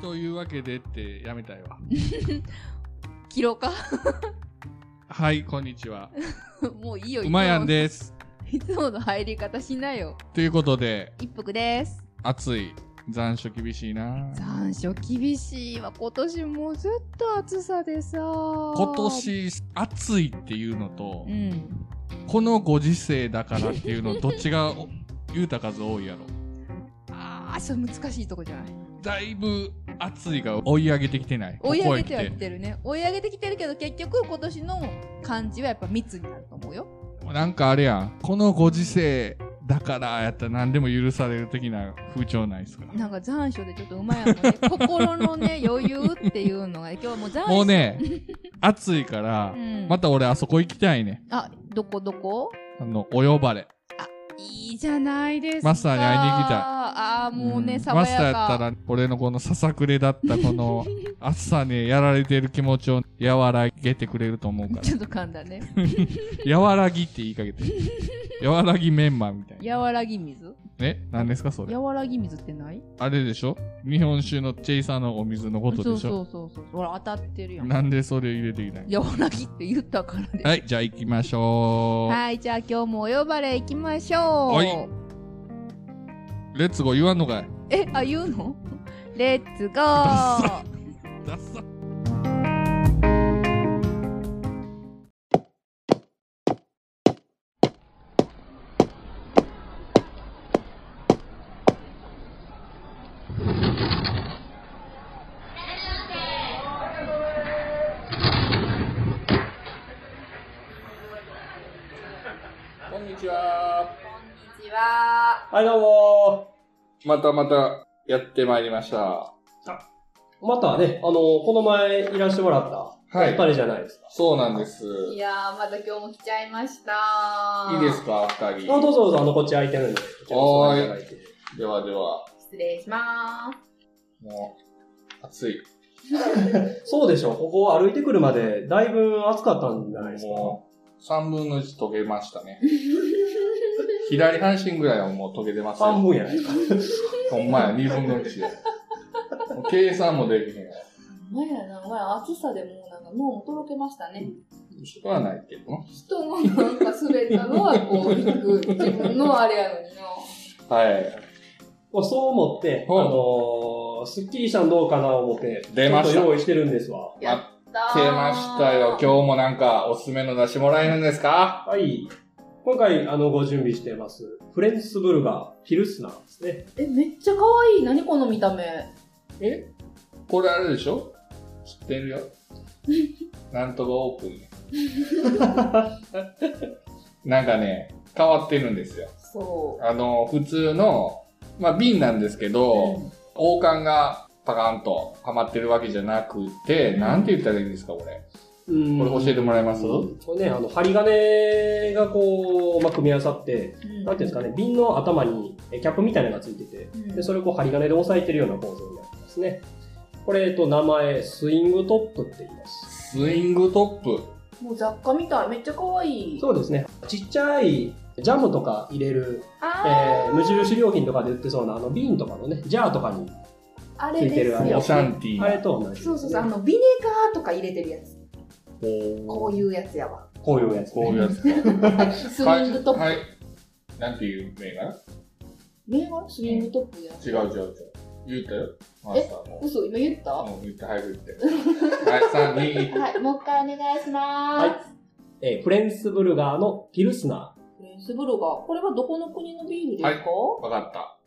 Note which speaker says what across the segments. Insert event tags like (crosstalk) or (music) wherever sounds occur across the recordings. Speaker 1: というわけでってやめたいわ。
Speaker 2: 切ろうか
Speaker 1: はい、こんにちは。
Speaker 2: もういいよ。いつも
Speaker 1: 馬やん。です。
Speaker 2: いつもの入り方しなよ。
Speaker 1: ということで、
Speaker 2: 一服です。
Speaker 1: 暑い。残暑厳しいな。
Speaker 2: 残暑厳しいわ。今年もうずっと暑さでさ。
Speaker 1: 今
Speaker 2: 今。
Speaker 1: 年暑いっていうのと
Speaker 2: う、ん。
Speaker 1: このご時世だからっていうの、どっちがお言うた数多いやろ。
Speaker 2: ああ、それ難しいとこじゃない。
Speaker 1: だいぶ暑いが追い上げてきてない。
Speaker 2: 追い上げては
Speaker 1: ここへ
Speaker 2: き
Speaker 1: 来
Speaker 2: てるね。追い上げてきてるけど、結局今年の感じはやっぱ密になると思うよ。
Speaker 1: てなんかあれやん。このご時世だからやったら何でも許される的な風潮ないですか。
Speaker 2: なんか残暑でちょっとうまいやんね。
Speaker 1: (laughs)
Speaker 2: 心のね、余裕っていうのが、今日はもう残暑。
Speaker 1: もう。ね、暑いから
Speaker 2: (laughs) う、ん。
Speaker 1: また俺あそこ行きたいね。
Speaker 2: あ、どこどこ
Speaker 1: あの、お呼ばれ。
Speaker 2: いいじゃないですか。
Speaker 1: マスターに会いに行きたい
Speaker 2: ああ、もうね、
Speaker 1: ん
Speaker 2: 爽や
Speaker 1: マ
Speaker 2: か。
Speaker 1: スターやったら、俺のこのささくれだったこ
Speaker 2: (laughs)
Speaker 1: の暑さにやられてる気持ちを和らげてくれると思うか
Speaker 2: ちょっと噛んだね。 (laughs)
Speaker 1: ら。和らぎって言いかけて。和らぎメンマみたいな。
Speaker 2: 柔らぎ水
Speaker 1: え何ですかそれ。
Speaker 2: 柔らぎ水ってない
Speaker 1: あれでしょ日本酒のチェイサーのお水のこと
Speaker 2: そう
Speaker 1: でし
Speaker 2: そ
Speaker 1: ょ
Speaker 2: うそうそう。ほら、当たってるやん。
Speaker 1: なんでそれ入れてきたんや
Speaker 2: 柔らぎって言ったから
Speaker 1: (laughs)
Speaker 2: で。
Speaker 1: はい、じゃあ行きましょ
Speaker 2: はい、じゃあ今日もお呼ばれ行きましょう。
Speaker 1: はいう。レッツゴー言わんのかい
Speaker 2: え、あ、言うのレッツゴ
Speaker 1: ダ
Speaker 2: ー
Speaker 1: ダッサこんにちは。
Speaker 2: こんにちは。
Speaker 3: はい、どうも
Speaker 1: またまたやってまいりました。
Speaker 3: ー。またね、あの、この前いらしてもらった、
Speaker 1: はい
Speaker 3: お二人じゃないですか。
Speaker 1: そうなんです。
Speaker 2: い
Speaker 1: い
Speaker 2: やー、また今日も来ちゃいました。
Speaker 1: いですか、二
Speaker 3: あど
Speaker 1: 人。
Speaker 3: うぞどうぞ、あの、こっち空いてるんで、こちらに座っていただいて。
Speaker 1: ではでは、
Speaker 2: 失礼しま
Speaker 1: もう、暑い。
Speaker 3: そうでしょ、ここ歩いてくるまで、だいぶ暑かったんじゃないですか。
Speaker 1: もう、三分の一溶けましたね。 (laughs) 左半身ぐらいはもう溶けてますよ。
Speaker 3: 半分やないですか。
Speaker 1: ほんまや、二分の一や。もう計算もできへんわ。
Speaker 2: す。前やな、前暑さでもうなんか脳もとろけましたね。
Speaker 1: 人はないけどな。
Speaker 2: 人のなんか滑ったのはこう、引く自分のあれやのにな。
Speaker 1: はい。
Speaker 3: まあそう思って、あ
Speaker 1: はい
Speaker 3: のー、すっきりしたんどうかな思って、
Speaker 1: 出ました
Speaker 3: ちょっと用意してるんですわ。
Speaker 2: やったー。
Speaker 1: 出ましたよ。今日もなんか、おすすめの出してもらえるんですか
Speaker 3: はい。今回、あの、ご準備しています、フレンツブルガー、ピルスナーですね。
Speaker 2: え、めっちゃ可愛い。何この見た目。
Speaker 1: えこれあれでしょ知ってるよ。なんとかオープンね。 (laughs) なんかね、変わってるんですよ。
Speaker 2: そ
Speaker 1: あの、普通の、まあ瓶なんですけ
Speaker 2: う。
Speaker 1: ど、王冠がパカンとはまってるわけじゃなくて、なんて言ったらいいんですか、これ。
Speaker 3: うん
Speaker 1: これ教えてもらえます
Speaker 3: これね、あの、針金がこう、まあ、組み合わさって、
Speaker 2: うん
Speaker 3: なんていうんですかね、瓶の頭にえキャップみたいなのがついてて、
Speaker 2: うん
Speaker 3: でそれをこう針金で押さえてるような構造になってますね。これ、えっと、名前、スイングトップって言います。
Speaker 1: スイングトップ。
Speaker 2: もう雑貨みたい。めっちゃ可愛い。
Speaker 3: そうですね、ちっちゃいジャムとか入れる、え
Speaker 2: あ
Speaker 3: ー
Speaker 2: ー、
Speaker 3: 無印良品とかで売ってそうな、あの、瓶とかのね、ジャーとかに、
Speaker 2: あれです
Speaker 3: ついてる
Speaker 1: オ
Speaker 3: あ
Speaker 2: よ
Speaker 3: れ。
Speaker 1: シャンティ
Speaker 3: あれ
Speaker 1: ー。
Speaker 3: と同じですね、
Speaker 2: そうそうそう。あの、ビネガーとか入れてるやつ。こういうやつや
Speaker 3: (laughs)
Speaker 2: わ。
Speaker 3: こういうやつ、
Speaker 1: こういうやつ。
Speaker 2: スイングトップ。
Speaker 1: はい。はいなんていう銘柄
Speaker 2: 銘柄スイングトップや。
Speaker 1: 違う違う違う。言ったよ。マスターも。
Speaker 2: 嘘、今言ったは
Speaker 1: うん、言って、早く言って。はい、三二
Speaker 2: い、もう一回お願いしま
Speaker 3: は
Speaker 2: ー
Speaker 3: い
Speaker 2: す。
Speaker 3: えーフレンツブルガーのピルスナー。
Speaker 2: フレンスブルガー。これはどこの国のビールですか、
Speaker 1: はいわかった。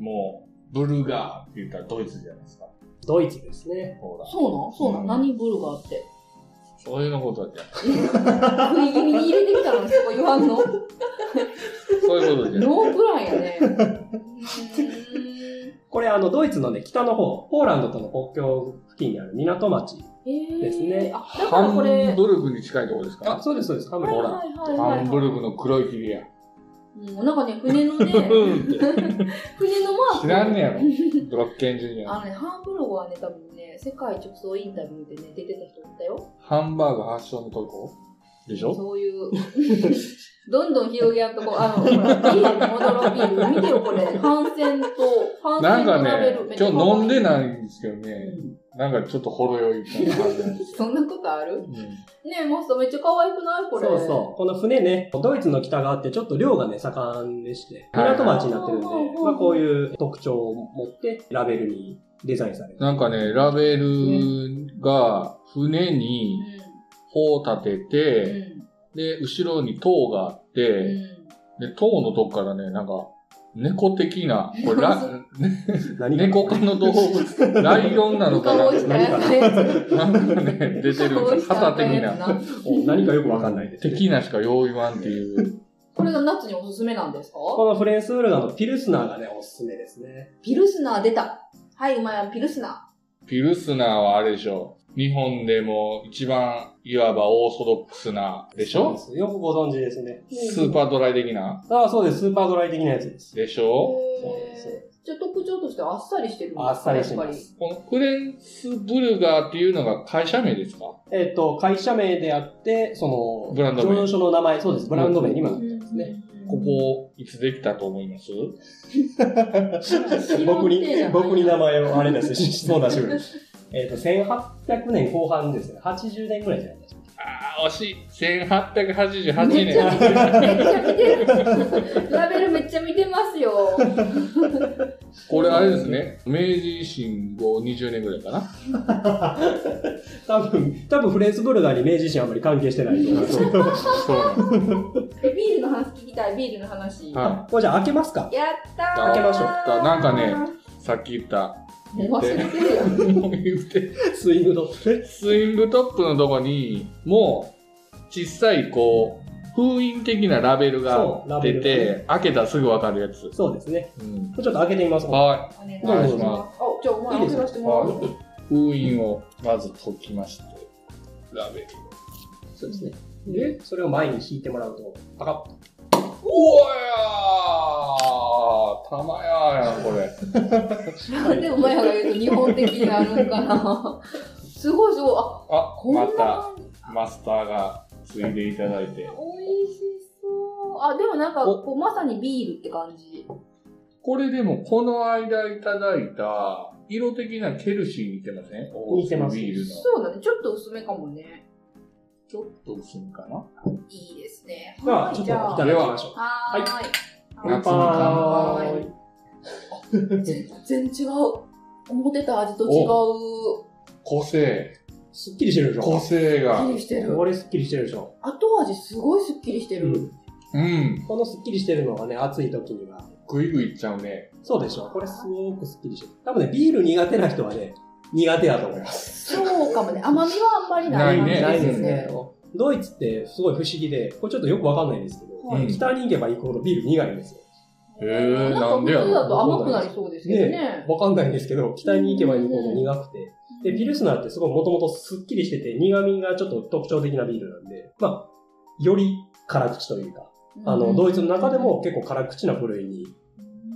Speaker 1: もう、ブルガーって言ったらドイツじゃないですか。
Speaker 3: ドイツですね。
Speaker 1: ほら。
Speaker 2: そうなんそうなん、
Speaker 1: うん
Speaker 2: 何ブルガーって。
Speaker 1: そういうのことじゃん。
Speaker 2: 食い気味に入れてきたのそこ言わ
Speaker 3: (laughs)
Speaker 2: んの
Speaker 1: そういうことじゃ
Speaker 2: (laughs)
Speaker 1: ん。
Speaker 2: ノープランや
Speaker 3: (laughs)
Speaker 2: ね。うーん
Speaker 3: これ、あの、ドイツのね、北の方、ポーランドとの国境付近にある港町。
Speaker 2: えー、
Speaker 3: ですね
Speaker 2: あ、だか
Speaker 1: ハ
Speaker 2: らこれ。
Speaker 1: ンブルグに近いところです
Speaker 3: あ、
Speaker 1: か
Speaker 3: そうです、そうです、ハム
Speaker 2: はい
Speaker 3: ポーランド
Speaker 2: はいはいはい、は
Speaker 1: ハ
Speaker 2: い。
Speaker 1: ンブルグの黒い霧や。
Speaker 2: うん、なんかね、船
Speaker 1: (laughs)
Speaker 2: のね、船のマーク。
Speaker 1: 知らんねやろ。ドラッケンジュニ
Speaker 2: あ
Speaker 1: ア。
Speaker 2: のね、ハンブルガーはね、多分ね、世界直送インタビューでね、出てた人おったよ。
Speaker 1: ハンバーグ発祥のとこ
Speaker 3: でしょ
Speaker 2: そういう、 (laughs) どんどん広げやっとこう、あの、ほら、ビールに戻ろう、ビール。見てよ、これ。反戦と、反
Speaker 1: なん
Speaker 2: 戦
Speaker 1: か
Speaker 2: とラベ
Speaker 1: ね
Speaker 2: ル。め、っちゃ
Speaker 1: 今
Speaker 2: 可愛
Speaker 1: 日飲んでない
Speaker 2: い。
Speaker 1: んですけどね、なんかちょっとほろ酔い感がある
Speaker 2: (laughs)
Speaker 1: ね。
Speaker 2: そんなことある
Speaker 1: うん
Speaker 2: ねえ、マスターめっちゃ可愛くないこ
Speaker 3: そう
Speaker 2: れ。
Speaker 3: そう。この船ね、ドイツの北側ってちょっと漁がね、盛んでして、港町になってるんで
Speaker 2: はいはい、
Speaker 3: まあこういう特徴を持ってラベルにデザインされる。
Speaker 1: なんかね、ラベルが船に帆を立
Speaker 2: う
Speaker 1: て
Speaker 2: ん。
Speaker 1: て、
Speaker 2: う
Speaker 1: で、後ろに塔があって、
Speaker 2: ん。
Speaker 1: で、塔のとこからね、なんか、猫的な、
Speaker 2: (laughs)
Speaker 1: これラ、
Speaker 3: (laughs) 何か
Speaker 1: 猫科の動物、ライオンな
Speaker 2: う
Speaker 1: の
Speaker 2: ん。か
Speaker 1: か
Speaker 2: お、
Speaker 1: ない
Speaker 2: したやつね。
Speaker 1: なんかね、出てるんですよ。
Speaker 2: か
Speaker 1: 旗
Speaker 2: おい
Speaker 1: 的
Speaker 2: したやつ
Speaker 1: な。
Speaker 2: な。
Speaker 3: 何かよくわかんないです、ね。
Speaker 1: 的なしか用意わんっていう。
Speaker 2: これがナッツにおすすめなんですか
Speaker 3: このフレンスウールガのピルスナーがね、おすすめですね。
Speaker 2: ピルスナー出た。はい、うまいやん、ピルスナ
Speaker 1: ピルスナーはあれでしょ。日本でも一番、いわばオーソドックスな、でしょ
Speaker 3: そうですよくご存知ですね。
Speaker 2: ー。
Speaker 1: スー
Speaker 2: ー。
Speaker 1: パードライ的な、
Speaker 3: ああ、そうです。スーパードライ的なやつです。
Speaker 1: でしょ
Speaker 3: そうそう
Speaker 2: じゃあ特徴としてあっさりしてるんですか
Speaker 3: あっさりしてま
Speaker 2: やっぱ
Speaker 1: このフレンスブルガーっていうのが会社名ですか
Speaker 3: えっ、と、会社名であって、その、
Speaker 1: ブランド名
Speaker 3: 上所の名前、そうです。ブランド名に今、
Speaker 2: り
Speaker 3: ね
Speaker 1: ここ、いつできたと思います
Speaker 3: 僕に、僕に
Speaker 2: う
Speaker 3: 名。
Speaker 2: ん
Speaker 3: 前をあ
Speaker 1: (laughs)
Speaker 3: れですし、そうなしぐらい。えっと、1800年後半ですね。80年ぐらいじゃないですか。
Speaker 1: あ、惜しい。1888
Speaker 2: めっちゃ
Speaker 1: 年。
Speaker 2: 見てる、め
Speaker 3: (laughs)
Speaker 2: っちゃ見てる。ラベルめっちゃ見てますよ。
Speaker 1: これあれですね。明治維新後20年ぐらいかな。
Speaker 3: 多分、多分フレンスブルガーに明治維新あんまり関係してないと思います。
Speaker 1: そう
Speaker 2: え、ビールの話聞きたい、ビールの話。やっ
Speaker 1: は
Speaker 3: これじ (laughs) ゃあ開けますか
Speaker 2: たー。
Speaker 1: 開
Speaker 3: けましょう
Speaker 1: なんかね。い。さっき言
Speaker 3: (laughs)
Speaker 1: った。
Speaker 2: もう忘れてるよ。
Speaker 1: もう言って。
Speaker 3: スイングドップ。
Speaker 1: スイングトップのとこに、もう、小さい、こう、封印的なラベル
Speaker 3: そう
Speaker 1: が
Speaker 3: ラベ
Speaker 1: 出
Speaker 3: ル
Speaker 1: て、開けたらすぐわかるやつ。
Speaker 3: そうですね。
Speaker 1: うん
Speaker 3: ちょっと開けてみます。
Speaker 1: は
Speaker 2: お願いし
Speaker 1: お願
Speaker 2: ま
Speaker 1: い
Speaker 2: す
Speaker 1: し。ま
Speaker 2: あ、じゃあお前
Speaker 3: いいで
Speaker 2: 開
Speaker 3: す
Speaker 2: けさせ
Speaker 3: よ
Speaker 2: てもら
Speaker 1: は
Speaker 2: う。
Speaker 1: い。封印をまず解きまして、ラベル。
Speaker 3: そうですね。で、それを前に引いてもらうと、パカッと。
Speaker 1: おやーたまやーやん、これ。
Speaker 2: なんでお前らが言うと日本的になるんかな。すごいすごい。あ、
Speaker 1: あ、
Speaker 2: こんな
Speaker 1: また、マスターがついでいただいて。
Speaker 2: 美味しそう。あ、でもなんか、
Speaker 1: お
Speaker 2: こうまさにビールって感じ。
Speaker 1: これでも、この間いただいた、色的なケルシーに似てません
Speaker 3: 似てます
Speaker 1: ビールの。ち
Speaker 2: そうだね。ちょっと薄めかもね。
Speaker 1: ょっと薄いかない
Speaker 2: いですね。
Speaker 3: では、
Speaker 2: はい
Speaker 3: ちょっとい
Speaker 2: じゃあ。
Speaker 3: ただきましょう。
Speaker 2: はーい。
Speaker 1: はい
Speaker 2: 乾杯
Speaker 3: 乾杯
Speaker 2: 全然違う。思ってた味と違う。
Speaker 1: 個性。
Speaker 3: すっきりしてるでし
Speaker 1: 個
Speaker 3: ょ
Speaker 1: 性が
Speaker 2: すっき。りしてる。
Speaker 3: これすっきりしてるでしょ、
Speaker 2: 後味すごいすっきりしてる。
Speaker 1: うん。
Speaker 3: このすっきりしてるのがね、暑い時には。
Speaker 1: グイグイいっちゃうね。
Speaker 3: そうでしょこれすごくすっきりしてる。多分ね、ビール苦手な人はね、苦手だと思います。
Speaker 2: そうかもね。甘みはあんまりない
Speaker 1: な
Speaker 2: 感
Speaker 1: い
Speaker 2: じ
Speaker 1: ね
Speaker 2: です
Speaker 1: ない
Speaker 2: ね。。
Speaker 3: ドイツってすごい不思議で、これちょっとよくわかんないんですけど、
Speaker 1: はい
Speaker 3: 北に行けば行くほどビール苦いんですよ。
Speaker 1: へー
Speaker 2: なん
Speaker 1: な
Speaker 2: か
Speaker 1: ん
Speaker 2: 普
Speaker 1: でやろ
Speaker 2: 通だと甘くなりそうですけどね。
Speaker 3: わかんないんですけど、北に行けば行くほど苦くて。で、ピルスナーってすごいもともとすっきりしてて、苦味がちょっと特徴的なビールなんで、まあ、より辛口というか、あの、ドイツの中でも結構辛口な部類に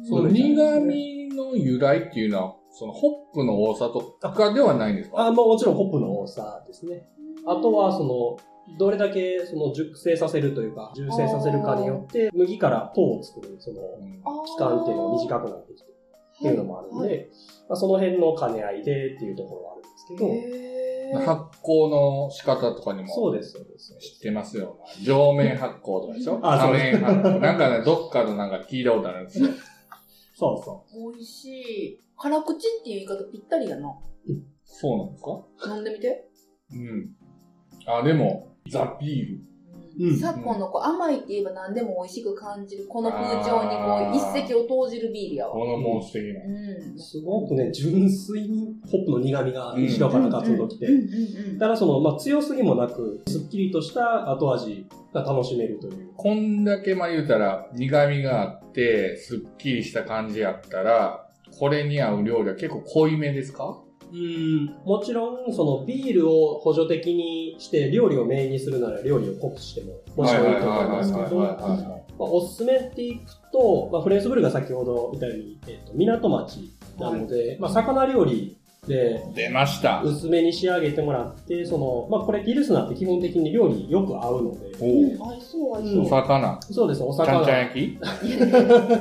Speaker 1: その苦味の由来っていうのは、そのホップの多さとかではないんですか
Speaker 3: あまあもちろんホップの多さですね。あとはその、どれだけその熟成させるというか、熟成させるかによって、麦から糖を作る、その、
Speaker 1: うん
Speaker 2: 期
Speaker 3: 期間っていうのが短くなってきてるっていうのもあるんで、まあ、その辺の兼ね合いでっていうところはあるんですけど、
Speaker 1: 発酵の仕方とかにも。
Speaker 3: そうです、そうです。
Speaker 1: 知ってますよ。上面発酵とかでしょ
Speaker 3: あそ
Speaker 1: 下
Speaker 3: う
Speaker 1: 面発酵。なんかね、どっかのなんか聞いたことあるんですよ。
Speaker 3: そうそ
Speaker 2: 美味しい。辛口っていう言い方ぴったりやな。
Speaker 1: そうなんですか
Speaker 2: 飲んでみて。
Speaker 1: うん。あ、でも、ザ・ビール。
Speaker 3: うん
Speaker 2: 昨今のこう甘いって言えば何でも美味しく感じる、この風潮にこう一石を投じるビールやわ。
Speaker 1: このモンス的な。
Speaker 2: うん
Speaker 3: う。。すごくね、純粋にホップの苦味が一度から活動き
Speaker 2: うん
Speaker 3: て、
Speaker 2: うんうん
Speaker 3: だからその、まあ、強すぎもなく、すっきりとした後味が楽しめるという。
Speaker 1: こんだけまあ言うたら苦味があって、すっきりした感じやったら、これに合う料理は結構濃いめですか
Speaker 3: うん、もちろん、そのビールを補助的にして、料理をメインにするなら料理を濃くしても、もちろんいいと思いますけど、まあ、おすすめっていくと、まあ、フレンスブルが先ほど言ったように、えっと港町なので、まあ、魚料理で、
Speaker 1: 出ました。
Speaker 3: 薄めに仕上げてもらって、その、まあ、これピルスナーって基本的に料理によく合うので、
Speaker 1: お
Speaker 2: 合いそう合い
Speaker 3: うん
Speaker 1: お
Speaker 2: そう。
Speaker 1: 魚。
Speaker 3: そうです、お
Speaker 1: ちゃんちゃん
Speaker 3: 魚。
Speaker 1: 焼き
Speaker 2: 南蛮漬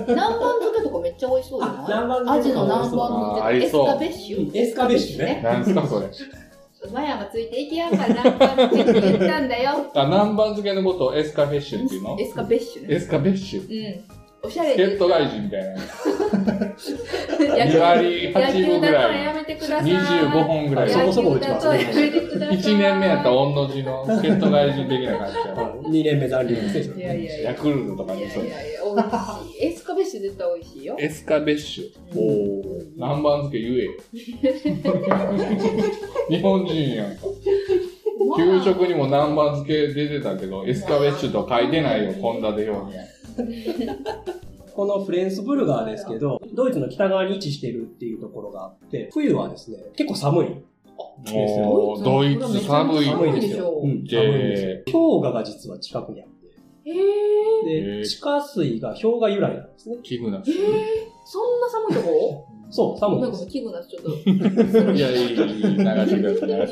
Speaker 2: けとかめっちゃ合いそうじゃ
Speaker 3: あ南蛮
Speaker 2: ないア
Speaker 3: 漬
Speaker 2: ジ
Speaker 3: け
Speaker 2: の
Speaker 3: とか
Speaker 2: 南蛮
Speaker 1: あー合い
Speaker 2: 漬けエス
Speaker 1: そう
Speaker 2: カベッシュ。
Speaker 3: エスカベッシュね。
Speaker 1: 何すかそれ。
Speaker 4: マヤがついていけやんから南蛮漬けって言ったんだよ。
Speaker 1: あ、南蛮漬けのことをエスカフェッシュっていうの
Speaker 4: エスカベッシュね。
Speaker 1: エスカベッシュ。
Speaker 4: うん。おしゃれ
Speaker 1: ス
Speaker 4: に
Speaker 1: ケット外人みたいな。
Speaker 4: 野
Speaker 1: 2
Speaker 4: 球
Speaker 1: 割
Speaker 4: 野
Speaker 1: 8
Speaker 4: 球
Speaker 1: 分ぐ
Speaker 4: だから
Speaker 1: らい。
Speaker 4: やめてください。
Speaker 1: 25本ぐらい。
Speaker 3: そ
Speaker 1: 1
Speaker 3: こそこ
Speaker 4: 野
Speaker 3: 落ち
Speaker 4: 球だ
Speaker 3: ます
Speaker 4: とやめてください。
Speaker 1: 年目やったら御の字のスケット外人的な感じやな
Speaker 3: 2年目残留です
Speaker 4: い
Speaker 3: ね。
Speaker 4: やいやいや。
Speaker 1: ヤクルトとか
Speaker 4: い
Speaker 1: に
Speaker 4: や
Speaker 1: そう
Speaker 4: い。やいや、美味しい。エスカベッシュ絶対美味しいよ。
Speaker 1: エスカベッシュ。おお。南蛮漬け言えよ。日本人やんか。給食にも南蛮漬け出てたけど、エスカベッシュと書いてないよ、献立表には。
Speaker 3: このフレンスブルガーですけど、ドイツの北側に位置してるっていうところがあって、冬はですね、結構寒い。ですよ
Speaker 1: もうドイツ寒い
Speaker 3: 寒い
Speaker 1: っ
Speaker 3: んですよ。うん、寒いんですよ
Speaker 1: て。
Speaker 3: 氷河が実は近くにあっ
Speaker 4: えー、
Speaker 3: て、
Speaker 1: へ
Speaker 3: で、
Speaker 1: ー
Speaker 3: 地下水が氷河由来なんですね。
Speaker 1: 器具な
Speaker 4: えー、そんな寒いとこ
Speaker 3: そう、寒いん
Speaker 4: な
Speaker 3: で
Speaker 4: ん
Speaker 3: す
Speaker 4: か。器具なしちょっと。
Speaker 1: いや、いい、いい、流してください、流して
Speaker 3: (laughs)
Speaker 1: くださ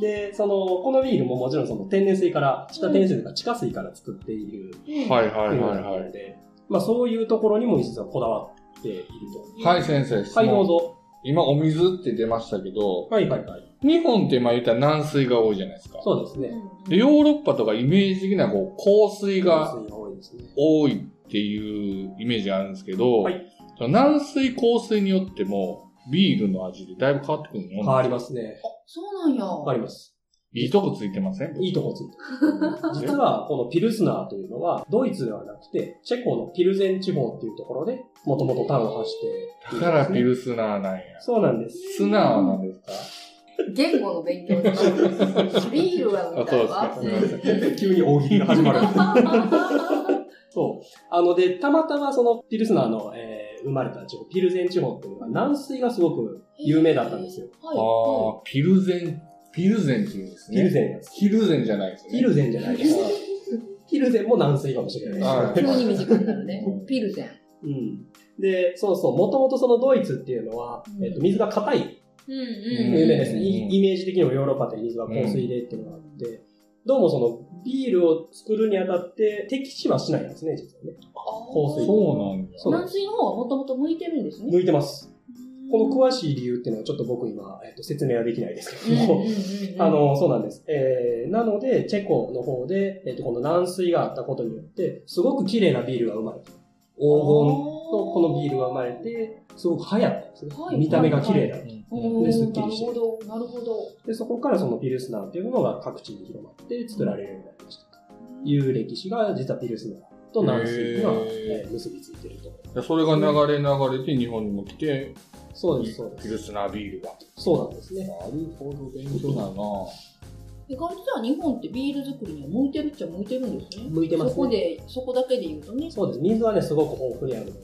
Speaker 3: で、その、このビールももちろんその天然水から、地下天然水とか地下水から作っている
Speaker 1: い。はい、は
Speaker 3: ビー
Speaker 1: い、
Speaker 3: ルな
Speaker 1: はい、は
Speaker 3: ので、まあそういうところにも実はこだわっている
Speaker 1: い。はい、先生。質
Speaker 3: と。はい、どう
Speaker 1: 問
Speaker 3: ぞ。
Speaker 1: 今、お水って出ましたけど、
Speaker 3: はい、はい、はい。
Speaker 1: 日本って、まあ言ったら軟水が多いじゃないですか。
Speaker 3: そうですね。
Speaker 1: で、ヨーロッパとかイメージ的な、こう、硬水が
Speaker 3: 水が多いですね。
Speaker 1: 多いっていうイメージがあるんですけど、
Speaker 3: はい
Speaker 1: その軟水、硬水によっても、ビールの味でだいぶ変わってくる
Speaker 3: 変
Speaker 1: もん
Speaker 3: わ
Speaker 1: なん
Speaker 3: り
Speaker 1: ですか
Speaker 3: ますね。
Speaker 2: そうなんや。
Speaker 3: 変わります。
Speaker 1: いいとこついてません
Speaker 3: いいとこついて
Speaker 1: (laughs)
Speaker 3: る。実は、このピルスナーというのは、ドイツではなくて、チェコのピルゼン地方っていうところで、もともと単を発しているんです
Speaker 1: だ
Speaker 3: ね
Speaker 1: からピルスナーなんや。
Speaker 3: そうなんです。
Speaker 1: スナーは何ですか
Speaker 4: 言語の勉強とか。ビールは歌うわ
Speaker 1: あ。そうですね
Speaker 3: (laughs) 急に大喜利が始まる。 (laughs) そう。あの、で、たまたまそのピルスナーの、えー生まれた地方、ピルゼン地方っていうのは、軟水がすごく有名だったんですよ。
Speaker 1: ああ、ピルゼン、ピルゼンっていうんですね。
Speaker 3: ピルゼンやつ。
Speaker 1: ヒルゼンじゃないです
Speaker 3: ピ
Speaker 1: ね。
Speaker 3: ルゼンじゃない (laughs) ですか。ピルゼンも軟水かもしれない。
Speaker 1: は
Speaker 4: 急
Speaker 1: い
Speaker 4: に短くなるね。ピルゼン。
Speaker 3: うん。で、そうそう、もともとそのドイツっていうのは、えっと、水が硬い
Speaker 4: うん
Speaker 1: うん
Speaker 3: 有名ですね。
Speaker 1: うん
Speaker 3: イイメージ的にもヨーロッパって水が硬水でっていうのがあって、どうもそのビールを作るにあたって適地はしないんですね、実はね。香水
Speaker 1: そうなんだ。
Speaker 3: そうなん
Speaker 2: 軟
Speaker 3: です。
Speaker 2: 水の方はもともと向いてるんですね。
Speaker 3: 向いてます。この詳しい理由っていうのはちょっと僕今、えっと、説明はできないですけ
Speaker 4: うん
Speaker 3: ど
Speaker 4: うん
Speaker 3: も、
Speaker 4: うんうん
Speaker 3: (laughs) あ、の、そうなんです。えー、なので、チェコの方で、えっと、この軟水があったことによって、すごく綺麗なビールが生まれた。黄金とこのビールが生まれて、すごく流行ったんですね。
Speaker 2: はい
Speaker 3: 見た目が綺麗だ
Speaker 2: おー
Speaker 3: でスッキリして
Speaker 2: なるほど、なるほど。
Speaker 3: で、そこからそのピルスナーっていうものが各地に広まって作られるようになりました。という歴史が実はピルスナーと軟水には
Speaker 1: へー
Speaker 3: えー結びついてると。
Speaker 1: でそれが流れ流れて日本にも来て、
Speaker 3: そうです、そうで
Speaker 1: ピ
Speaker 3: す。
Speaker 1: ルスナービールが。
Speaker 3: そうなんです
Speaker 1: な
Speaker 3: ね。
Speaker 1: るほど、勉強だな
Speaker 2: 意外とじゃあ日本ってビール作りには向いてるっちゃ向いてるんですね。
Speaker 3: 向いてますね
Speaker 2: そこで、そこだけで言うとね。
Speaker 3: そうです。水はね、すごく豊富にあるので。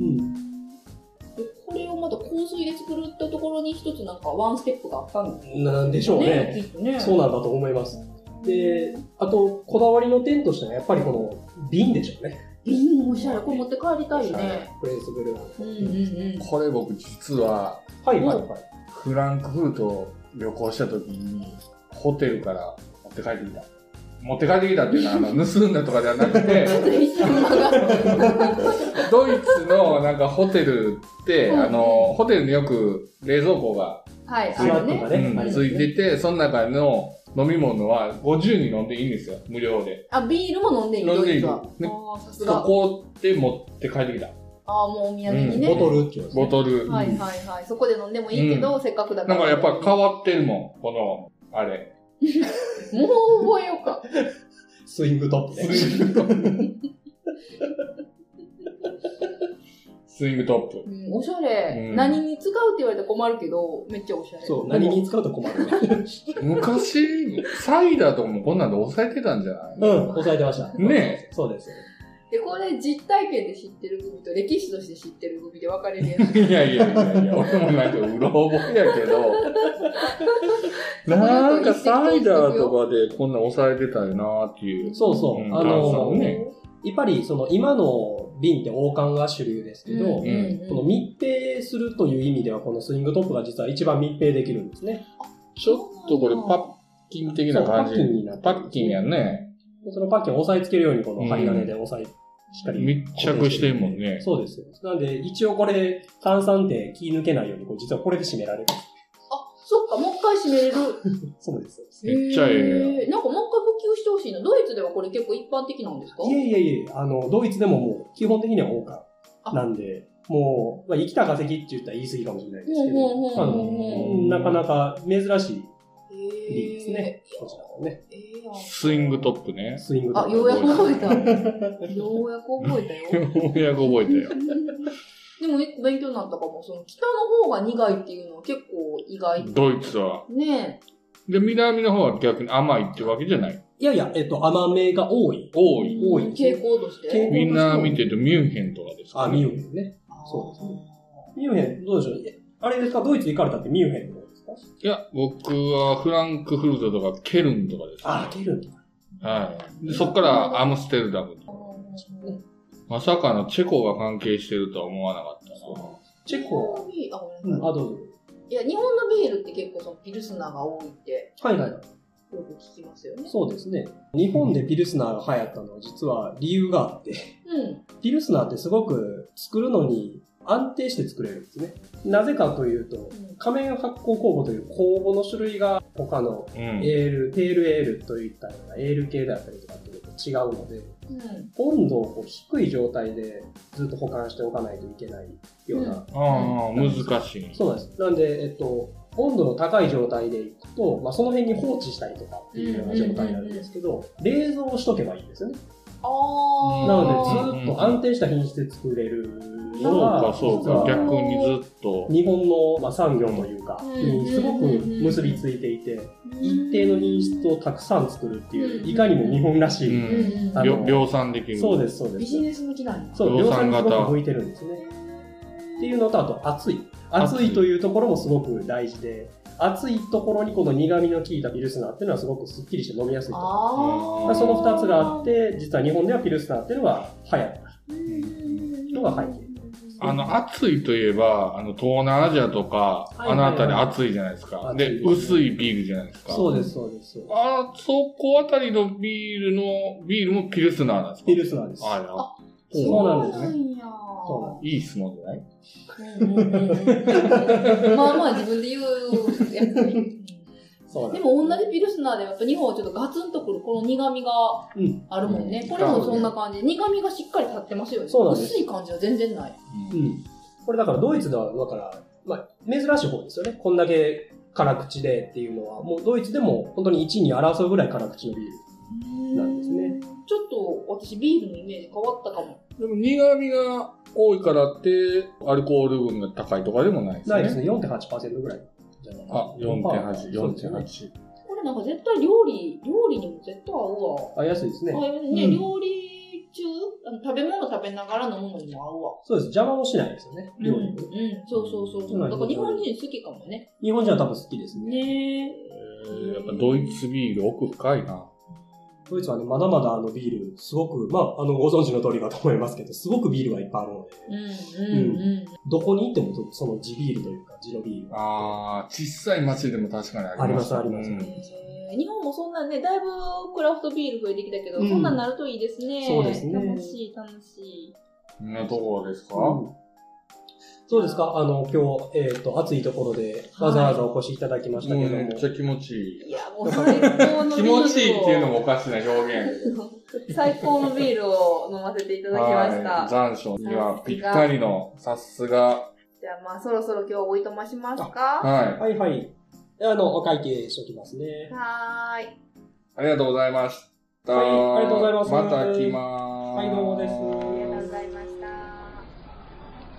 Speaker 3: うん。
Speaker 2: でこれをまた香水で作るったところに一つなんかワンステップがあったんです
Speaker 3: なんでしょう
Speaker 2: よ
Speaker 3: ね。
Speaker 2: ね。きっとね。
Speaker 3: そうなんだと思います。で、あと、こだわりの点としては、やっぱりこの瓶でしょうね。
Speaker 2: 瓶おしゃれ、これ持って帰りたいよね。
Speaker 3: フレンスブルーの。
Speaker 2: うんうんうん。
Speaker 1: これ僕実は、
Speaker 3: はいはいはい。
Speaker 1: フランクフルトを旅行した時に、ホテルから持って帰ってきた。持って帰ってきたっていうのは、あの、盗んだとかではなくて、
Speaker 2: 一瞬間が
Speaker 1: (laughs) ドイツのなんかホテルって、
Speaker 2: うん
Speaker 1: あの、ホテルによく冷蔵庫が
Speaker 4: はい、
Speaker 3: ス
Speaker 4: あ
Speaker 3: ナ
Speaker 4: のね。
Speaker 3: ックが
Speaker 1: う
Speaker 3: ね、
Speaker 1: ん
Speaker 3: あります
Speaker 1: つい
Speaker 3: ね。
Speaker 1: てて、その中の飲み物は50に飲んでいいんですよ、無料で。
Speaker 2: あ、ビールも飲んでいい
Speaker 1: 飲んでいい
Speaker 2: ドイツは
Speaker 1: ね
Speaker 2: ああ、さす
Speaker 1: そ
Speaker 2: が。
Speaker 1: こで持って帰ってきた。
Speaker 2: ああ、もうお土産にね。
Speaker 3: ボトルっていうの
Speaker 1: ボトル。
Speaker 2: はいはいはい。そこで飲んでもいいけど、せっかくだか
Speaker 1: な
Speaker 2: ら。
Speaker 1: んかやっぱ変わってるもん、この、あれ。
Speaker 2: もう覚えようか。
Speaker 3: スイングトップね。
Speaker 1: スイングトップ。
Speaker 2: うん、おしゃれ、
Speaker 1: うん
Speaker 2: 何に使うって言われたら困るけど、めっちゃおしゃれ。
Speaker 3: そう、
Speaker 2: でも
Speaker 3: 何に使うと困るね。
Speaker 1: 昔、サイダーとかもこんなんで抑えてたんじゃない
Speaker 3: うん、抑えてました。
Speaker 1: ね
Speaker 3: そうです。
Speaker 2: で、これ実体験で知ってる組と歴史として知ってる組で分かれるやつ。
Speaker 1: いやいやいやいや、俺もなんかうろ覚えやけど。なんかサイダーとかでこんなん抑えてたよなーっていう。
Speaker 3: そうそう。
Speaker 1: うん
Speaker 3: あ
Speaker 1: 炭酸
Speaker 3: の、
Speaker 1: ね
Speaker 3: やっぱりその今の瓶って王冠が主流ですけど、
Speaker 2: うん
Speaker 3: この密閉するという意味では、このスイングトップが実は一番密閉できるんですね。
Speaker 1: ちょっとこれパッキン的な感じ
Speaker 3: そうパッキンになって。る
Speaker 1: パッキンやんね。
Speaker 3: でそのパッキンを押さえつけるように、この針金で押さえ、しっかり。
Speaker 1: 密着してるもんね。
Speaker 3: そうです。なんで、一応これ、炭酸って気抜けないように、こう実はこれで締められる。
Speaker 2: そっか、もう一回閉めれる。
Speaker 3: そうです。
Speaker 1: めっちゃええ
Speaker 2: へーなんかもう一回普及してほしいな。ドイツではこれ結構一般的なんですか
Speaker 3: いえいえいえ、あの、ドイツでももう、基本的には王冠なんで、もう、まあ、生きた化石って言ったら言い過ぎかもしれないですけど、
Speaker 2: ほうほうほうほ
Speaker 3: うんなかなか珍しい瓶です
Speaker 2: え。
Speaker 3: ねこちらのね、
Speaker 2: えやん
Speaker 1: スイングトップね。
Speaker 3: スイングと
Speaker 2: あ、
Speaker 3: か
Speaker 2: ようやく覚えた。ようやく覚えたよ。
Speaker 1: ようやく覚えたよ。
Speaker 2: でも勉強になったかも。その北の方が苦いっていうのは結構意外。
Speaker 1: ドイツは。
Speaker 2: ね
Speaker 1: で、南の方は逆に甘いってわけじゃない。
Speaker 3: いやいや、えっと、甘めが多い。
Speaker 1: 多
Speaker 2: え。
Speaker 1: い。
Speaker 3: 多い
Speaker 2: 傾向として。
Speaker 3: 傾向
Speaker 1: みんな見てるとミュンヘンとかですか、
Speaker 3: あ、ミュンヘンね。そうですねミュンヘン、どうでしょうえあれですか、ドイツ行かれたってミュンヘンの方ですか
Speaker 1: いや、僕はフランクフルトとかケルンとかですね。
Speaker 3: あ、ケルンとか。
Speaker 1: はい。でそっからアムステルダムに。まさかのチェコが関係してるとは思わなかったな。
Speaker 3: チェコは、
Speaker 2: ビールあ、ご
Speaker 3: う
Speaker 2: めん
Speaker 3: ん、
Speaker 2: なさ
Speaker 3: あ、どうぞ。
Speaker 2: い。いや、日本のビールって結構そのピルスナーが多いって
Speaker 3: はいはい。
Speaker 2: よく聞きますよね。
Speaker 3: そうですね。日本でピルスナーが流行ったのは実は理由があって、 (laughs)
Speaker 2: うん。
Speaker 3: ピルスナーってすごく作るのに安定して作れるんですね。なぜかというと、仮面発酵酵母という酵母の種類が他の
Speaker 1: うん。
Speaker 3: エール、テールエールといったようなエール系であったりとかっていうのと違うので、
Speaker 2: うん。
Speaker 3: 温度をこう低い状態でずっと保管しておかないといけないような。
Speaker 1: ああ、難しい。
Speaker 3: そうなんです。なんで、えっと、温度の高い状態でいくと、まあ、その辺に放置したりとかっていうような状態になるんですけど、冷蔵をしとけばいいんですよね。
Speaker 2: あ
Speaker 3: な
Speaker 2: あ。
Speaker 3: ので、ずっと安定した品質で作れる
Speaker 1: そうか
Speaker 3: のが、、
Speaker 1: そう
Speaker 3: 実
Speaker 1: か
Speaker 3: は。
Speaker 1: 逆にずっと。
Speaker 3: 日本の、まあ、産業というか、
Speaker 2: うん
Speaker 3: にすごく結びついていて、一定の品質をたくさん作るっていうう、
Speaker 2: ん
Speaker 3: いかにも日本らし
Speaker 1: う。
Speaker 3: い。
Speaker 2: うんん。
Speaker 3: あ
Speaker 1: 量
Speaker 3: の
Speaker 1: 量産できる。
Speaker 3: そうです、そうで
Speaker 2: ビ
Speaker 3: す
Speaker 2: ジ。ネス向きなんや。
Speaker 3: そう、
Speaker 1: 量
Speaker 3: 量
Speaker 1: 産
Speaker 3: 産に
Speaker 1: 型
Speaker 3: すごく向いてるんですね。っていうのと、あと、熱い。
Speaker 1: 熱い
Speaker 3: 熱いというところもすごく大事で、熱いところにこの苦味の効いたピルスナーっていうのはすごくスッキリして飲みやすいと。
Speaker 2: あ
Speaker 1: ー
Speaker 2: あ。
Speaker 3: その2つがあっ。て、実は日本ではピルスナーっていうのが流行った。のが背景
Speaker 1: あの、暑いといえば、あの、東南アジアとか、
Speaker 3: はいはいはい
Speaker 1: あの辺り暑いじゃないですか。
Speaker 3: 暑
Speaker 1: で
Speaker 3: い、です
Speaker 1: 薄いビールじゃないですか。
Speaker 3: そうです、そうです。そうです
Speaker 1: あそこあたりのビールの、ビールもピルスナーなんですか
Speaker 3: ピルスナーです。
Speaker 1: あら。
Speaker 3: そうなんですね。
Speaker 2: ね。
Speaker 3: そうなんで
Speaker 1: いい質問じゃない
Speaker 2: (laughs) まあまあ自分で言うやつね。
Speaker 3: す。そうなん
Speaker 2: で
Speaker 3: です。
Speaker 2: も同じピルスナーでもやっぱ日本はちょっとガツンとくるこの苦味が
Speaker 3: うん
Speaker 2: あるもんね。
Speaker 1: うん
Speaker 2: これもそんな感じ。苦味がしっかり立ってますよね。
Speaker 3: そうなんです
Speaker 2: 薄い感じは全然ない。
Speaker 3: うん。これだからドイツでは、だから、まあ、珍しい方ですよね。こんだけ辛口でっていうのは、もうドイツでも本当に1位に争うぐらい辛口のビール。なんですね
Speaker 2: ちょっと私ビールのイメージ変わったかも。
Speaker 1: でも苦味が多いからって、アルコール分が高いとかでもないですね。
Speaker 3: ないですね。4.8%ぐらいじゃないかな。
Speaker 1: あ、4.8、4.8。
Speaker 2: これなんか絶対料理、料理にも絶対合
Speaker 3: あ、安いです
Speaker 2: うわ。
Speaker 3: ね。
Speaker 2: あね、
Speaker 3: うん
Speaker 2: 料理中、あの食べ物食べながら飲むのにも合うわ。
Speaker 3: そうです。邪魔もしないですよね。料理
Speaker 2: うん、うん、そうそうそうそう。だから日本人好きかもね。
Speaker 3: 日本人は多分好きですね。
Speaker 2: ねえ。
Speaker 1: えーやっぱドイツビール奥深いな。
Speaker 3: ドイツはね、まだまだあのビール、すごく、まあ、あの、ご存知の通りかと思いますけど、すごくビールがいっぱいあるので、
Speaker 2: うんうんうん。
Speaker 3: どこに行ってもその地ビールというか、地のビールが。
Speaker 1: ああ、小さい町でも確かにあります。
Speaker 3: ありますあります
Speaker 1: うん
Speaker 2: えー日本もそんなね、だいぶクラフトビール増えてきたけど、
Speaker 3: うん
Speaker 2: そんなんなるといいですね。
Speaker 3: そうですね
Speaker 2: 楽しい、楽しい。
Speaker 1: そんなところですか、
Speaker 3: うんそうですかあの、今日、えっ、と、暑いところで、わざわざお越しいただきましたけ
Speaker 1: も
Speaker 3: れ
Speaker 1: う
Speaker 3: ども
Speaker 1: め、っちゃ気持ちいい。
Speaker 2: いや、もう最高のビールを。
Speaker 1: 気持ちいいっていうのもおかしな表現。
Speaker 2: (laughs) 最高のビールを飲ませていただきました。
Speaker 1: はい、残暑にはぴったりの、さすが。
Speaker 2: じゃあまあ、そろそろ今日おいとましますか。
Speaker 1: はい。
Speaker 3: はいはい。あの、お会計しておきますね。
Speaker 2: はーい。
Speaker 1: ありがとうございました。
Speaker 3: はいありがとうございます
Speaker 1: また来まーす。
Speaker 3: はいどうもです
Speaker 2: ありがとうございました。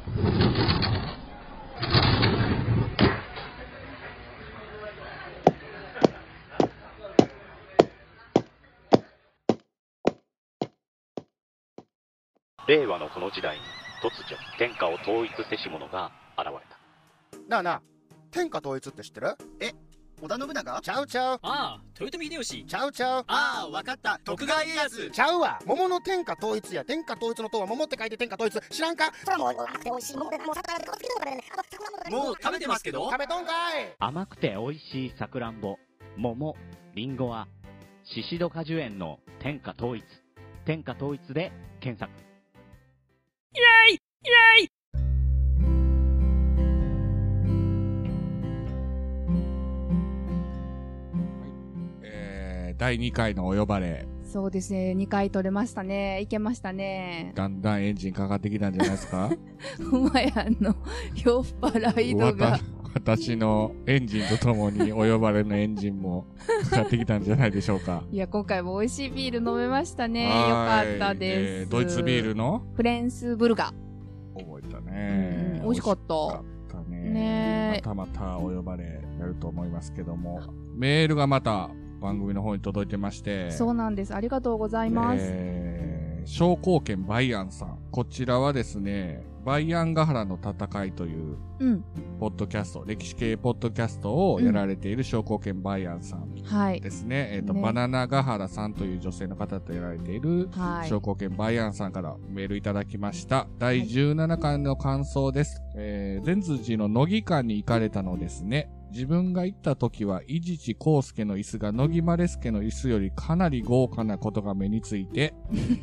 Speaker 5: 令和のこの時代に突如天下を統一せし者が現れた
Speaker 6: なあなあ、天下統一って知ってるえ、
Speaker 7: 織田信長
Speaker 8: ちゃうちゃう。
Speaker 9: ああ、豊臣秀吉。
Speaker 8: ちゃうちゃう。
Speaker 9: ああ、わかった。徳川家康。
Speaker 8: ちゃうわ。桃の天下統一や。天下統一の塔は桃って書いて天下統一。知らんかそらもう、あって美味しい桃で、もう魚でこつけとかでね。あと桜もとか
Speaker 9: もう食べてますけど
Speaker 8: 食べとんかい
Speaker 10: 甘くて美味しいさくらんぼ、桃、りんごは、シシド果樹園の天下統一。天下統一で検索。
Speaker 1: えー第2回のお呼ばれ、
Speaker 11: そうですね。2回取れましたね。いけましたね。
Speaker 1: だんだんエンジンかかってきたんじゃないですか
Speaker 11: ほんまやんの、酔っ払い度が
Speaker 1: わた。私のエンジンとともにお呼ばれのエンジンもかかってきたんじゃないでしょうか。
Speaker 11: いや、今回も美味しいビール飲めましたね。よ
Speaker 1: は
Speaker 11: か
Speaker 1: ーい
Speaker 11: ったです、
Speaker 1: えードイツビールの
Speaker 11: フレンスブルガ
Speaker 1: 覚えた
Speaker 11: ー。うんう
Speaker 1: ね
Speaker 11: ん。美味しかった。
Speaker 1: たね。
Speaker 11: ね
Speaker 1: またまたお呼ばれやると思いますけども、メールがまた番組の方に届いてまして、
Speaker 11: そうなんです。ありがとうございます。
Speaker 1: えー商工券バイアンさん。こちらはですね、バイアンガハラの戦いという
Speaker 11: うん。
Speaker 1: ポッドキャスト、歴史系ポッドキャストをやられている商工券バイアンさん
Speaker 11: はい。
Speaker 1: ですね。えっ、と、
Speaker 11: ね
Speaker 1: バナナガハラさんという女性の方とやられている
Speaker 11: はい。
Speaker 1: 商工券バイアンさんからメールいただきました。第17巻の感想です。えー、善通寺の乃木館に行かれたのですね。自分が行った時は、伊地知康介の椅子が乃木マレスケの椅子よりかなり豪華なことが目について、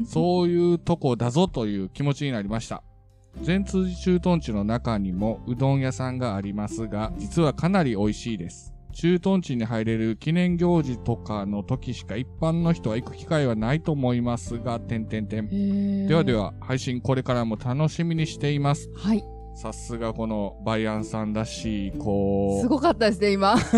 Speaker 1: そういうとこだぞという気持ちになりました。善通寺駐屯地の中にもうどん屋さんがありますが、実はかなり美味しいです。駐屯地に入れる記念行事とかの時しか一般の人は行く機会はないと思いますが、てんてんてん。で
Speaker 11: で
Speaker 1: はで。は、配信これからも楽しみにしています。
Speaker 11: はい。
Speaker 1: さすがこのバイアンさんらしい、こう、
Speaker 11: すごかったですね、今。 (laughs)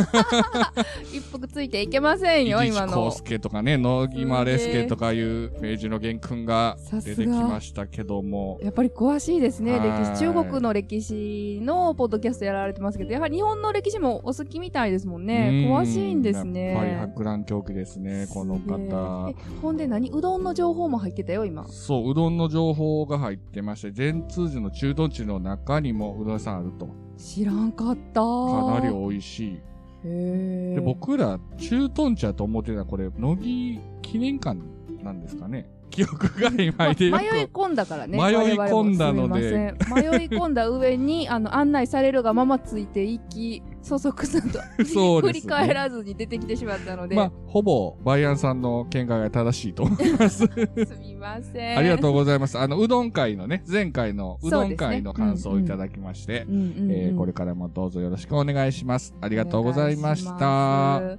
Speaker 11: 一服ついていけませんよ、
Speaker 1: 伊地
Speaker 11: 今
Speaker 1: 知康
Speaker 11: の。
Speaker 1: 介とかね、野木マレスケとかいう明治の元君が
Speaker 11: さす
Speaker 1: 出
Speaker 11: が
Speaker 1: てきましたけども、
Speaker 11: やっぱり詳しいですね、
Speaker 1: はい
Speaker 11: 歴史。中国の歴史のポッドキャストやられてますけど、やはり日本の歴史もお好きみたいですもんね。
Speaker 1: うん
Speaker 11: 詳しいんですね。
Speaker 1: やっぱり博覧狂気ですね、この方
Speaker 11: すげ。え。えほんで何うどんの情報も入ってたよ、今。
Speaker 1: そう、うどんの情報が入ってまして、全通寺の駐屯地の中にもうどん屋さんあると。
Speaker 11: 知らんかった。
Speaker 1: かなり
Speaker 11: へ
Speaker 1: 美味しい。
Speaker 11: え。
Speaker 1: で、僕ら、駐屯地だと思ってたこれ、乃木記念館なんですかね。記憶が
Speaker 11: ま
Speaker 1: 今
Speaker 11: あ迷
Speaker 1: で
Speaker 11: い
Speaker 1: よく。
Speaker 11: 込んだからね。
Speaker 1: 迷い込んだので
Speaker 11: 我々もすみません迷い込んだ上に、あの、案内されるがままついていき、そそくさと
Speaker 1: そう
Speaker 11: (laughs) 振
Speaker 1: ですね
Speaker 11: り返らずに出てきてしまったので、
Speaker 1: まあ、ほぼ、バイアンさんの見解が正
Speaker 11: (laughs)
Speaker 1: しいと思います。
Speaker 11: すみません。
Speaker 1: ありがとうございます。あの、うどん会のね、前回のうどん会の感想をいただきまして、
Speaker 11: うん。うんうん
Speaker 1: えーこれからもどうぞよろしくお願いします。ありがとうございまし
Speaker 11: お
Speaker 1: た。
Speaker 11: 願いします。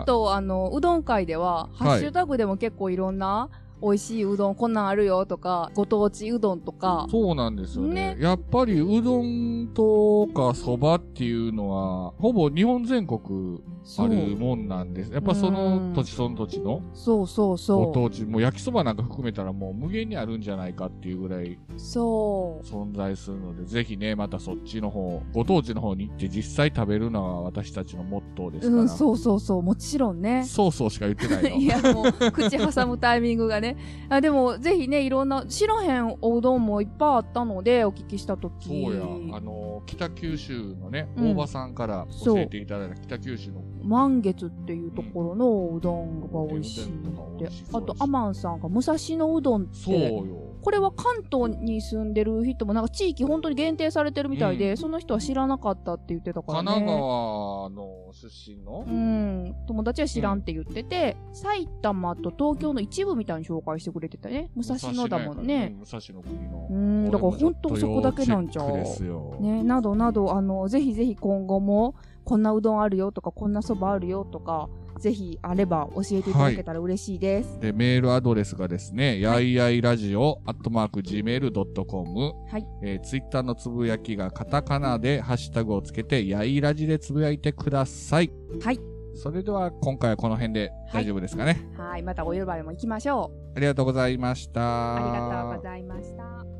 Speaker 11: あと、あの、うどん会では、ハッシュタグでも結構いろんな、美味しいうどん、こんなんあるよとか、ご当地うどんとか、
Speaker 1: そうなんですよね
Speaker 11: ね
Speaker 1: やっぱりうどんとかそばっていうのは、ほぼ日本全国あるもんなんです。やっぱその土地その土地の
Speaker 11: そうそう
Speaker 1: ご
Speaker 11: そ。
Speaker 1: 当地、もう焼きそばなんか含めたらもう無限にあるんじゃないかっていうぐらいう
Speaker 11: そう。
Speaker 1: 存在するので、ぜひね、またそっちの方、ご当地の方に行って実際食べるのは私たちのモットーですから。
Speaker 11: うん、そうそうそう、もちろんね。
Speaker 1: そうそうしか言って
Speaker 11: (laughs)
Speaker 1: ない
Speaker 11: い
Speaker 1: の。
Speaker 11: や、もう、口挟むタイミングがね。あでも、ぜひね、いろんな、知らへんおうどんもいっぱいあったので、お聞きしたとき。
Speaker 1: そうや、あの、北九州のね、
Speaker 11: うん
Speaker 1: 大場さんから教えていただいた北九州の
Speaker 11: 満月っていうところのおうどんが美味しい
Speaker 1: うん
Speaker 11: って。あと、アマンさんが武蔵野うどんっ
Speaker 1: そう
Speaker 11: て、
Speaker 1: よ。
Speaker 11: これは関東に住んでる人も、なんか地域本当に限定されてるみたいで、
Speaker 1: うん
Speaker 11: その人は知らなかったって言ってたから
Speaker 1: 神
Speaker 11: ね。
Speaker 1: 奈川の出身の
Speaker 11: う、ん、友達は知らんって言ってて、埼玉と東京の一部みたいに紹介してくれてたね。武蔵野だもんね。
Speaker 1: 武蔵野国の。
Speaker 11: うん、だから本当そこだけなんちゃ
Speaker 1: これも
Speaker 11: う
Speaker 1: ちょっと要チェックで。すよ。
Speaker 11: ね、などなど、あの、ぜひぜひ今後も、こんなうどんあるよとか、こんなそばあるよとか、ぜひあれば教えていただけたら嬉しいです。
Speaker 1: で、メールアドレスがですね、やいやいラジオ、アットマーク、gmail.com。
Speaker 11: はい。
Speaker 1: えー、ツイッターのつぶやきがカタカナで、ハッシュタグをつけて、やいラジでつぶやいてください。
Speaker 11: はい。
Speaker 1: それでは、今回はこの辺で大丈夫ですかね。
Speaker 11: はい、またお呼ばれも行きましょう。
Speaker 1: ありがとうございました。
Speaker 11: ありがとうございました。